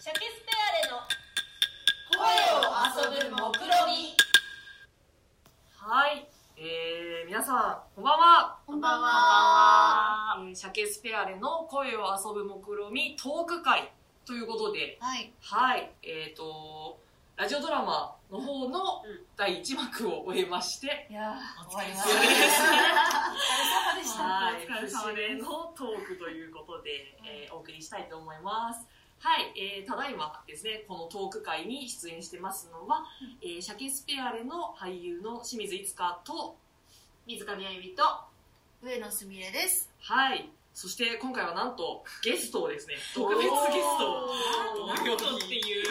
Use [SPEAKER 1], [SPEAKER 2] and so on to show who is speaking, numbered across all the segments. [SPEAKER 1] シャケスペアレの声を遊ぶ目論み
[SPEAKER 2] はい、えー、皆さん、こんばんは。
[SPEAKER 3] こんばんは。
[SPEAKER 1] は
[SPEAKER 2] えー、鮭スペアレの声を遊ぶ目論みトーク会ということで、
[SPEAKER 3] はい。
[SPEAKER 2] はい、えっ、ー、と、ラジオドラマの方
[SPEAKER 1] う
[SPEAKER 2] の
[SPEAKER 1] ん
[SPEAKER 2] 第1幕を終えまして、
[SPEAKER 3] いや
[SPEAKER 2] お
[SPEAKER 3] 終わりま
[SPEAKER 2] 様
[SPEAKER 3] でした
[SPEAKER 2] はい、
[SPEAKER 3] お疲れ様
[SPEAKER 2] 節
[SPEAKER 3] で
[SPEAKER 2] 目
[SPEAKER 3] す
[SPEAKER 2] のトークということで、えーお送りしたいと思います。はい、えーただいまですね、このトーク会に出演してますのは、えー、シャケスペアレの俳優の清水いつかと、
[SPEAKER 1] 水上あゆみと
[SPEAKER 3] 上野すみれです。
[SPEAKER 2] はい、そして今回はなんとゲストをですね、特別ゲストを
[SPEAKER 1] お
[SPEAKER 2] 東
[SPEAKER 1] ー
[SPEAKER 2] 京都って いう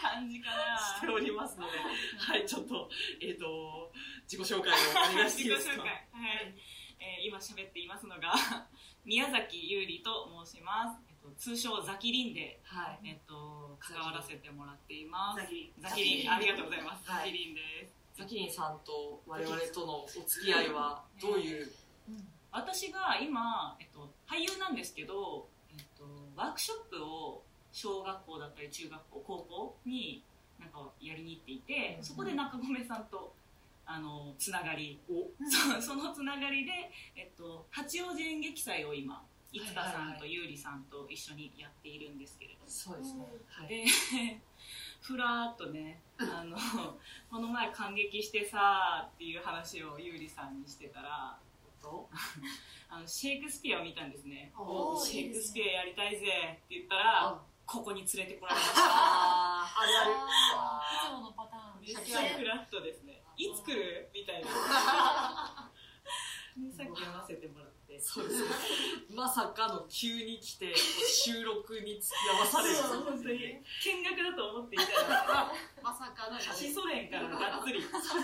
[SPEAKER 1] 感じかな
[SPEAKER 2] しておりますので、はい、ちょっと、えっ、と、自己紹介をお願いしていいですか。
[SPEAKER 4] はい、えー今喋っていますのが 宮崎優里と申します、えっと、通称ザキリンで、
[SPEAKER 2] はい。
[SPEAKER 4] えっと、関わらせてもらっています
[SPEAKER 1] ザキリン
[SPEAKER 4] ザキリンありがとうございます、
[SPEAKER 2] はい
[SPEAKER 4] ザキリンです
[SPEAKER 2] ザキリンさんと我々とのお付き合いはどういう、
[SPEAKER 4] 私が今、えっと、俳優なんですけど、えっと、ワークショップを小学校だったり中学校高校になんかやりに行っていて、
[SPEAKER 2] うん
[SPEAKER 4] そこで中込さんとあのつながり
[SPEAKER 2] お
[SPEAKER 4] そそのつながりで、えっと、八王子演劇祭を今いつか
[SPEAKER 2] はい
[SPEAKER 4] さ
[SPEAKER 2] はい
[SPEAKER 4] ん
[SPEAKER 2] は
[SPEAKER 4] と
[SPEAKER 2] い
[SPEAKER 4] ゆうりさんと一緒にやっているんですけれども、
[SPEAKER 2] そうですね。はい。
[SPEAKER 4] でふらーっと ねあのこの前感激してさーっていう話をゆうりさんにしてたら
[SPEAKER 2] と
[SPEAKER 4] あのシェイクスピアを見たんですね
[SPEAKER 3] おー
[SPEAKER 4] シェイクスピ
[SPEAKER 3] いい
[SPEAKER 4] アやりたいぜって言ったら
[SPEAKER 2] あ
[SPEAKER 4] ここに連れてこられました
[SPEAKER 2] あー、あるある。
[SPEAKER 3] つものパタ
[SPEAKER 4] めっ
[SPEAKER 3] ーン。
[SPEAKER 4] ちゃフラットですねいつ来るみたいなでさっき読ませてもらって
[SPEAKER 2] そうですね。まさかの急に来て、収録に付き合わされる。
[SPEAKER 4] そう本当に見学だと思っていたら
[SPEAKER 1] まさかの
[SPEAKER 4] 基礎編からがっつり
[SPEAKER 2] そ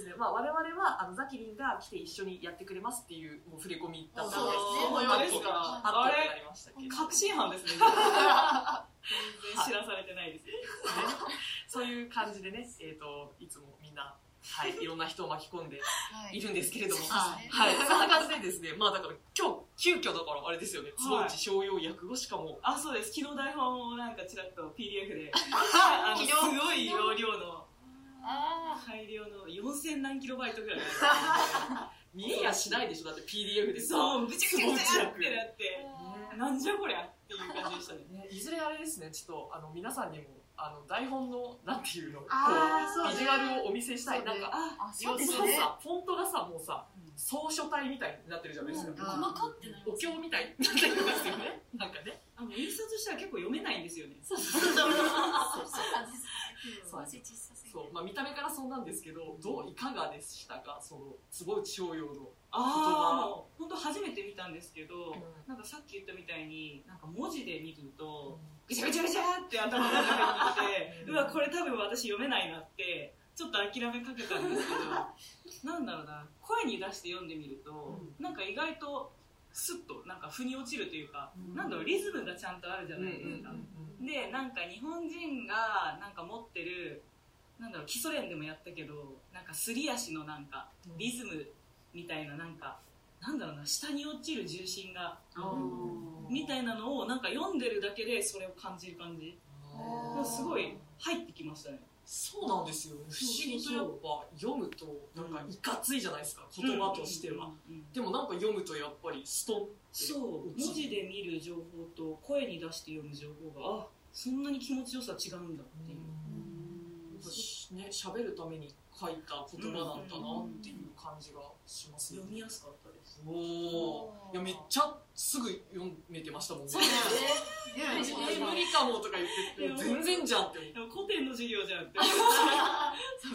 [SPEAKER 2] うですね。まあ我々はあのザキリンが来て一緒にやってくれますっていうもう振り込みだったので、
[SPEAKER 3] そう
[SPEAKER 2] あ
[SPEAKER 3] で
[SPEAKER 2] っ
[SPEAKER 3] すね
[SPEAKER 2] と
[SPEAKER 4] あ
[SPEAKER 2] あっとにな
[SPEAKER 4] れ
[SPEAKER 2] りましたけど、
[SPEAKER 4] 確信犯ですね全然知らされてないです
[SPEAKER 2] そういう感じでね、えっ、といつもみんな。はい、いろんな人を巻き込んで
[SPEAKER 3] はい
[SPEAKER 2] るんですけれども、
[SPEAKER 3] そう
[SPEAKER 2] は
[SPEAKER 3] で
[SPEAKER 2] い、
[SPEAKER 3] すね
[SPEAKER 2] そんな感じでですね、まあだから今日、急遽だからあれですよね、坪
[SPEAKER 4] はい
[SPEAKER 2] 内商用訳語しかも、
[SPEAKER 4] あそうです昨日台本をなんかちらっと PDF であの
[SPEAKER 1] 昨日
[SPEAKER 4] すごい容量の
[SPEAKER 3] あ
[SPEAKER 4] 大量の4000何キロバイトぐらい
[SPEAKER 2] 見えやしないでしょ、だって PDF でさ、
[SPEAKER 4] そうぶちゃくちゃくちゃっ
[SPEAKER 2] すごい
[SPEAKER 4] てなって
[SPEAKER 3] あ。
[SPEAKER 4] なんじゃこりゃっていう感じでしたね
[SPEAKER 2] ね、いずれあれですね、ちょっとあの皆さんにもあの台本のなんていうの、こ
[SPEAKER 1] あーそう
[SPEAKER 2] う
[SPEAKER 1] ね
[SPEAKER 2] ビジュアルをお見せしたい、なんか
[SPEAKER 4] あ
[SPEAKER 3] あ、
[SPEAKER 2] そ
[SPEAKER 3] そうう
[SPEAKER 2] で
[SPEAKER 3] です
[SPEAKER 2] す
[SPEAKER 3] ね。
[SPEAKER 2] さ、フォントがさ、もうさ、
[SPEAKER 4] うん
[SPEAKER 2] 総書体みたいになってるじゃないですか。
[SPEAKER 3] うん細
[SPEAKER 1] かってなります
[SPEAKER 2] お経みたいになってるんですよね。なん かね。
[SPEAKER 4] あの印刷したら結構読めないんですよね
[SPEAKER 2] そうそう
[SPEAKER 3] そうなんです。
[SPEAKER 2] そう
[SPEAKER 3] マジ小さすぎて
[SPEAKER 2] そう。まあ見た目からそんなんですけど、どういかがでしたか、その坪内翔陽の。
[SPEAKER 4] ああもう本当初めて見たんですけど、
[SPEAKER 2] ん
[SPEAKER 4] なんかさっき言ったみたいになんか文字で見るとぐちゃぐちゃぐちゃって頭の中にきて
[SPEAKER 2] うん
[SPEAKER 4] うわこれ多分私読めないなってちょっと諦めかけたんですけ どなんだろうな声に出して読んでみると、なんか意外とスッとなんか腑に落ちるというか、
[SPEAKER 2] うん
[SPEAKER 4] なんだろうリズムがちゃんとあるじゃ
[SPEAKER 2] うんう
[SPEAKER 4] なんいですか、
[SPEAKER 2] うん
[SPEAKER 4] でなんか日本人がなんか持ってるなんだろう基礎練でもやったけどなんかすり足のなんか
[SPEAKER 2] うん。
[SPEAKER 4] リズムみたいななんかなんだろうな下に落ちる重心がみた
[SPEAKER 2] い
[SPEAKER 4] いなのをなんか読んでるだけでそれを感じる感じ
[SPEAKER 3] あー
[SPEAKER 4] すごい。入ってきましたね
[SPEAKER 2] そうなんですよ。不思議とやっぱ読むとなんかいかついじゃないですか。言葉としては。、
[SPEAKER 4] うんうんうん
[SPEAKER 2] でもなんか読むとやっぱりストンって。
[SPEAKER 4] そう文字で見る情報と声に出して読む情報があそんなに気持ちよさ違うんだっていう、
[SPEAKER 2] やっぱしね喋るために書いた言葉だったなっていう感じがしますよ
[SPEAKER 4] 読
[SPEAKER 2] ね。
[SPEAKER 4] みやすかったです
[SPEAKER 2] おおー。いやめっちゃすぐ読めてましたもんね。
[SPEAKER 1] ねね
[SPEAKER 2] え 無理かもとか言ってて全然じゃんって思っ
[SPEAKER 4] でも古典の授業じゃん って思って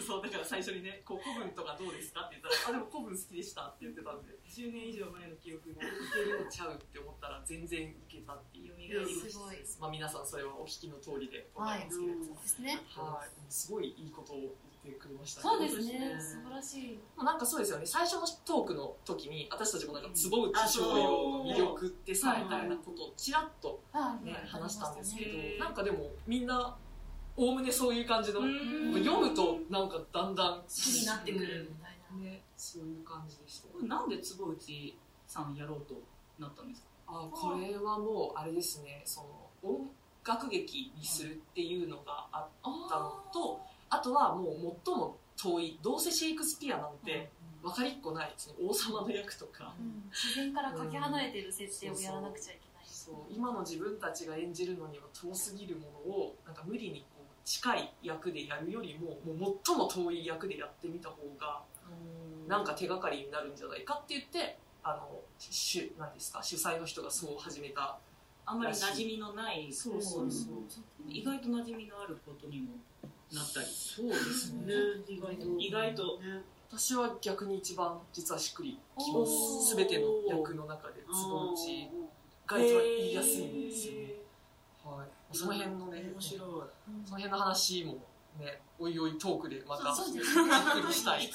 [SPEAKER 2] た。そうそうだから最初にねこう古文とかどうですかって言った らあでも古文好きでしたって言ってたんで
[SPEAKER 4] 10年以上前の記憶が
[SPEAKER 2] いけるのちゃうって思ったら全然いけたっていう。
[SPEAKER 4] 読みがりまし
[SPEAKER 3] すごいで
[SPEAKER 2] まあ皆さんそれはお聞きの通りでわかるんですけれども。
[SPEAKER 3] すね。
[SPEAKER 2] はい、すごいいいことを言ってくれました
[SPEAKER 1] そうですね素晴らしい
[SPEAKER 2] まあなんかそうですよね最初のトークの時に私たちもなんか坪内翔陽の魅力ってさ
[SPEAKER 4] うん
[SPEAKER 2] みたいなことをちらっと、
[SPEAKER 3] あ
[SPEAKER 2] ね話したんですけど、
[SPEAKER 4] うん
[SPEAKER 2] なんかでもみんなおおむねそういう感じの、
[SPEAKER 4] うん
[SPEAKER 2] 読むとなんかだんだん好
[SPEAKER 1] 気になってくるみたいな
[SPEAKER 2] ねそういう感じでした
[SPEAKER 4] これなんで坪内さんやろうとなったんですか
[SPEAKER 2] あこれはもうあれですねその音楽劇にするっていうのがあったのとあとはもう最も遠いどうせシェイクスピアなんて分かりっこないですね王様の役とか
[SPEAKER 3] うん自然からかけ離れてる設定をやらなくちゃいけない。
[SPEAKER 2] そう今の自分たちが演じるのには遠すぎるものをなんか無理にこう近い役でやるよりももう最も遠い役でやってみた方がなんか手がかりになるんじゃないかって言ってあの主なんですか主催の人がそう始めた
[SPEAKER 4] あんまり馴染みのない
[SPEAKER 2] そうそうそう
[SPEAKER 4] 意外と馴染みのあることにもなったり
[SPEAKER 2] そうですね
[SPEAKER 1] 意外と
[SPEAKER 4] 意外と
[SPEAKER 1] ね
[SPEAKER 2] 私は逆に一番実はしっくりき
[SPEAKER 4] お
[SPEAKER 2] ます
[SPEAKER 4] ー
[SPEAKER 2] 全ての役の中でツボ打ちが一番言いやすいんですよね、はい、その辺のね
[SPEAKER 5] 面
[SPEAKER 2] その
[SPEAKER 5] 白い。
[SPEAKER 2] 辺の話もねおいおいトークでまた
[SPEAKER 3] そうそうです
[SPEAKER 2] びっくりしたい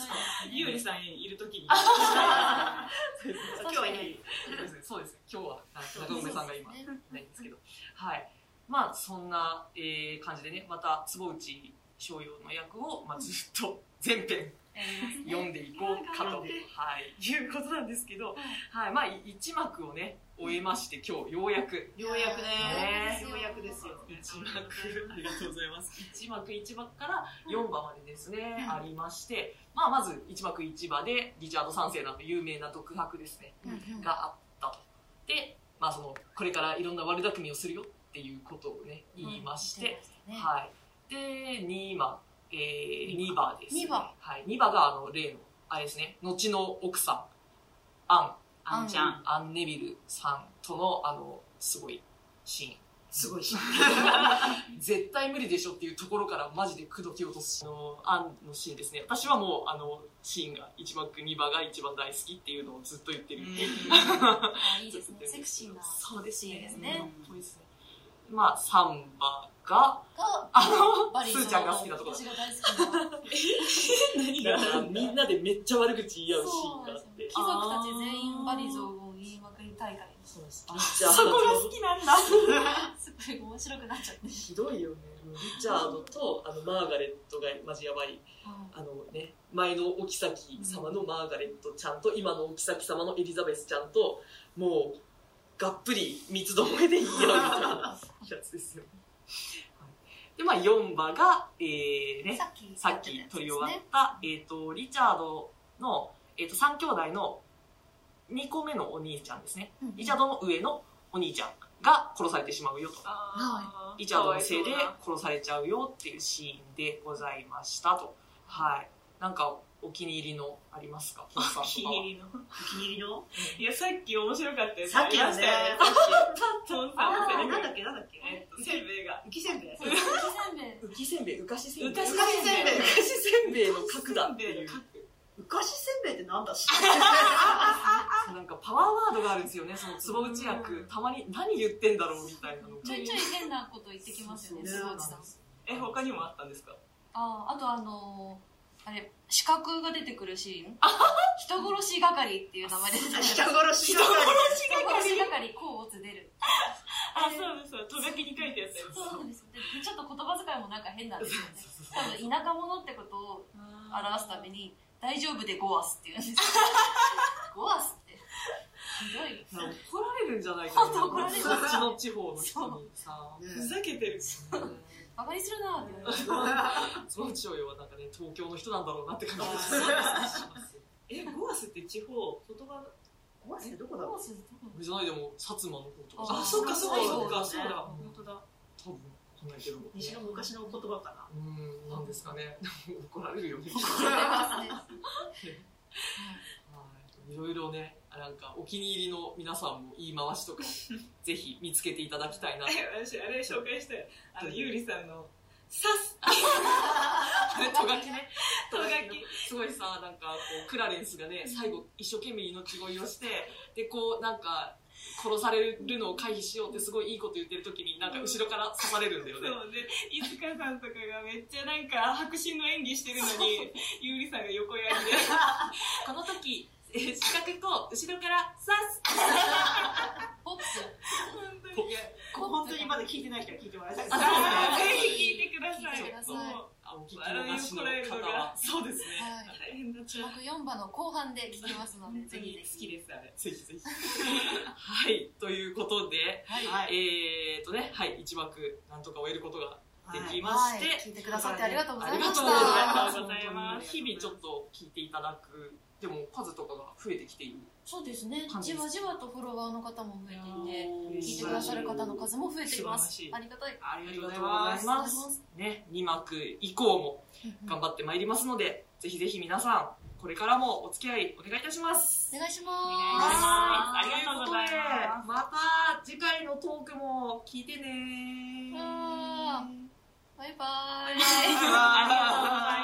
[SPEAKER 4] ゆうりさんいる 時に
[SPEAKER 2] 今日はいないそうですね今日は中梅さんが今いないんですけどはいまあそんな、えー感じでねまた坪内翔陽の役を、まあ、ずっと全編読んでいこうかと、はい、いうことなんですけど、はいまあ、1幕をね終えまして今日ようやく
[SPEAKER 1] ようやくね
[SPEAKER 2] ね
[SPEAKER 1] ようやくですよ
[SPEAKER 2] 1幕ありがとうございます1幕1幕から4話までですね、ありまして、まあ、まず1幕1話でリチャード3世など有名な独白ですねがあったと。で、まあ、そのこれからいろんな悪巧みをするよっていうことをね言いまして、はい、で2番、えー、2番です、
[SPEAKER 3] 二番
[SPEAKER 2] はい、2番があの例のあれですね後の奥さんアン
[SPEAKER 4] あんちゃん
[SPEAKER 2] アン・ネビルさんとのあのすごいシーンすごいシーン 絶対無理でしょっていうところからマジで口説き落とすあのアンのシーンですね私はもうあのシーンが1番2番が一番大好きっていうのをずっと言ってる、
[SPEAKER 3] いいですね。セクシーな。
[SPEAKER 2] そうです
[SPEAKER 3] シーンです
[SPEAKER 4] ね
[SPEAKER 2] そうですねまあ3番が
[SPEAKER 3] が、
[SPEAKER 2] あ
[SPEAKER 3] バリ
[SPEAKER 2] すーちゃんが好きなところ
[SPEAKER 3] 私が大好きな。
[SPEAKER 2] のみんなでめっちゃ悪口言い合うシーンがあっ
[SPEAKER 3] そう
[SPEAKER 2] て
[SPEAKER 3] 貴族たち全員バリ雑言言いまくり大会
[SPEAKER 2] そうです
[SPEAKER 5] じゃあ、
[SPEAKER 4] 好きなんだ
[SPEAKER 3] すごい面白くなっちゃって
[SPEAKER 2] ひどいよねリチャードとあのマーガレットがマジやばいあのね前のお妃様のマーガレットちゃんと今のお妃様のエリザベスちゃんともうがっぷり三つどもえで言い合うみたいなやつですよね、はいでまあ4話がえーね
[SPEAKER 3] さっき
[SPEAKER 2] さっき撮り終わった、えっ、と、リチャードの、えっ、と、三兄弟の2個目のお兄ちゃんですね。リチャードの上のお兄ちゃんが殺されてしまうよと。リチャードのせいで殺されちゃうよっていうシーンでございましたと。はい。なんか、お気に入りのありますかお
[SPEAKER 4] お気に入りの
[SPEAKER 5] お気に入りの
[SPEAKER 4] いやさっき面白かったやつ
[SPEAKER 5] さっき
[SPEAKER 4] あ
[SPEAKER 5] の
[SPEAKER 4] りまし
[SPEAKER 5] ね
[SPEAKER 4] たよね、トンさんのせ
[SPEAKER 5] あ
[SPEAKER 4] いで
[SPEAKER 5] ーなんだっけ、なんだっけ。
[SPEAKER 4] えっとせんべいが
[SPEAKER 5] 浮きせんべい
[SPEAKER 3] 浮きせんべい
[SPEAKER 2] 浮きせんべい、浮かしせんべい。
[SPEAKER 4] 浮かし
[SPEAKER 5] せんべい
[SPEAKER 2] 浮かしせんべいの角だっていう。
[SPEAKER 5] 浮かしせんべいってなんだし。
[SPEAKER 2] なんかパワーワードがあるんですよね、その坪内役。たまに何言ってんだろうみたいなのが
[SPEAKER 3] ちょいちょい変なこと言ってきますよね
[SPEAKER 5] そう
[SPEAKER 3] 坪
[SPEAKER 5] そう
[SPEAKER 3] 内さん
[SPEAKER 4] え他にもあったんですか
[SPEAKER 3] あああとあのーあれ視覚が出てくるシーン人殺し係っていう名前で人殺し
[SPEAKER 5] 人殺しの
[SPEAKER 3] 係甲乙出る
[SPEAKER 4] あそうですそうですとがきに書いてあったやつ
[SPEAKER 3] そうなんですよでちょっと言葉遣いもなんか変なんですよね多分田舎者ってことを表すために「大丈夫でゴアス」って言うん ですよゴアスってひどい
[SPEAKER 2] なんか怒られるんじゃないかな。
[SPEAKER 3] 本当怒られる
[SPEAKER 2] こっちの地方の人にさ。
[SPEAKER 4] ふざけてる
[SPEAKER 3] バカにするなーって言われて
[SPEAKER 2] その地方はなんかね、東京の人なんだろうなって感じがします。
[SPEAKER 4] えゴアスって地方外側
[SPEAKER 5] ゴアスってどこだ
[SPEAKER 3] ゴア
[SPEAKER 5] ろ
[SPEAKER 3] スってどこ
[SPEAKER 2] じゃないでも、薩摩の方とか。
[SPEAKER 3] あ
[SPEAKER 4] あそっかそっかそっか
[SPEAKER 5] そ
[SPEAKER 4] そうう
[SPEAKER 5] だね
[SPEAKER 4] だ本当だ
[SPEAKER 2] 多分、こないけど。
[SPEAKER 5] う西の昔の言葉かな。
[SPEAKER 2] うん、なんですかね。怒られるよね。はいいろいろね、なんかお気に入りの皆さんも言い回しとか、ぜひ見つけていただきたいなと。
[SPEAKER 4] え私あれ紹介したよあのゆうりさんの刺す
[SPEAKER 2] とがきね。
[SPEAKER 4] とがき
[SPEAKER 2] すごいさなんかこうクラレンスがね最後一生懸命命乞いをしてでこうなんか殺されるのを回避しようってすごいいいこと言ってる時になんか後ろから刺されるんだよ
[SPEAKER 4] そう
[SPEAKER 2] ね
[SPEAKER 4] で、いつかさんとかがめっちゃなんか迫真の演技してるのに、ゆうりさんが横やりで、この時、え四角こう、後ろから刺す
[SPEAKER 3] ポップ
[SPEAKER 4] 本 当に。
[SPEAKER 5] 本当にまだ聞いてない人は聞いてもらいたい。
[SPEAKER 2] あそうですね
[SPEAKER 4] ぜひ聞いてください。
[SPEAKER 3] 聞いてください
[SPEAKER 4] もう
[SPEAKER 2] かお聞き逃しの
[SPEAKER 4] 笑いをこらえ
[SPEAKER 2] 方
[SPEAKER 4] るの
[SPEAKER 2] は
[SPEAKER 4] が
[SPEAKER 2] そうですね
[SPEAKER 3] はい
[SPEAKER 4] 大変だ中
[SPEAKER 3] 僕4番の後半で聞きますので、
[SPEAKER 4] 本当
[SPEAKER 3] ぜひぜ
[SPEAKER 4] に
[SPEAKER 3] ひ。
[SPEAKER 4] 好きですあれ
[SPEAKER 2] ぜひぜひはいということで
[SPEAKER 3] はい。
[SPEAKER 5] はい。
[SPEAKER 2] えーっとねはい一幕なんとか終えることができま
[SPEAKER 3] は
[SPEAKER 2] し
[SPEAKER 3] い
[SPEAKER 2] て、
[SPEAKER 3] 聞いてくださってありがとうございました。
[SPEAKER 2] あ
[SPEAKER 4] りがとうございます
[SPEAKER 2] 日々ちょっと聞いていただく、でも数とかが増えてきている。
[SPEAKER 3] そうですね
[SPEAKER 2] 感。じ
[SPEAKER 3] じ
[SPEAKER 2] です
[SPEAKER 3] わじわとフォロワーの方も増えていて、
[SPEAKER 5] ー
[SPEAKER 3] 聞いてくださる方の数も増えています
[SPEAKER 4] 素晴らし。い
[SPEAKER 3] ありがたい。
[SPEAKER 2] あ
[SPEAKER 4] り
[SPEAKER 2] りが
[SPEAKER 4] が
[SPEAKER 2] と
[SPEAKER 4] と
[SPEAKER 2] う
[SPEAKER 4] う
[SPEAKER 2] ご
[SPEAKER 4] ご
[SPEAKER 2] ざ
[SPEAKER 4] ざ
[SPEAKER 2] い
[SPEAKER 4] い
[SPEAKER 2] ま
[SPEAKER 3] ますす。
[SPEAKER 2] ね、2幕以降も頑張ってまいりますので、ぜひぜひ皆さん、これからもお付き合いお願いいたします。
[SPEAKER 3] お願いし
[SPEAKER 4] お願いし
[SPEAKER 3] ま。
[SPEAKER 4] ますありがとうございます
[SPEAKER 2] ということでまた次回のトークも聞いてねー
[SPEAKER 3] わーバイバイ。
[SPEAKER 4] ありがとうございます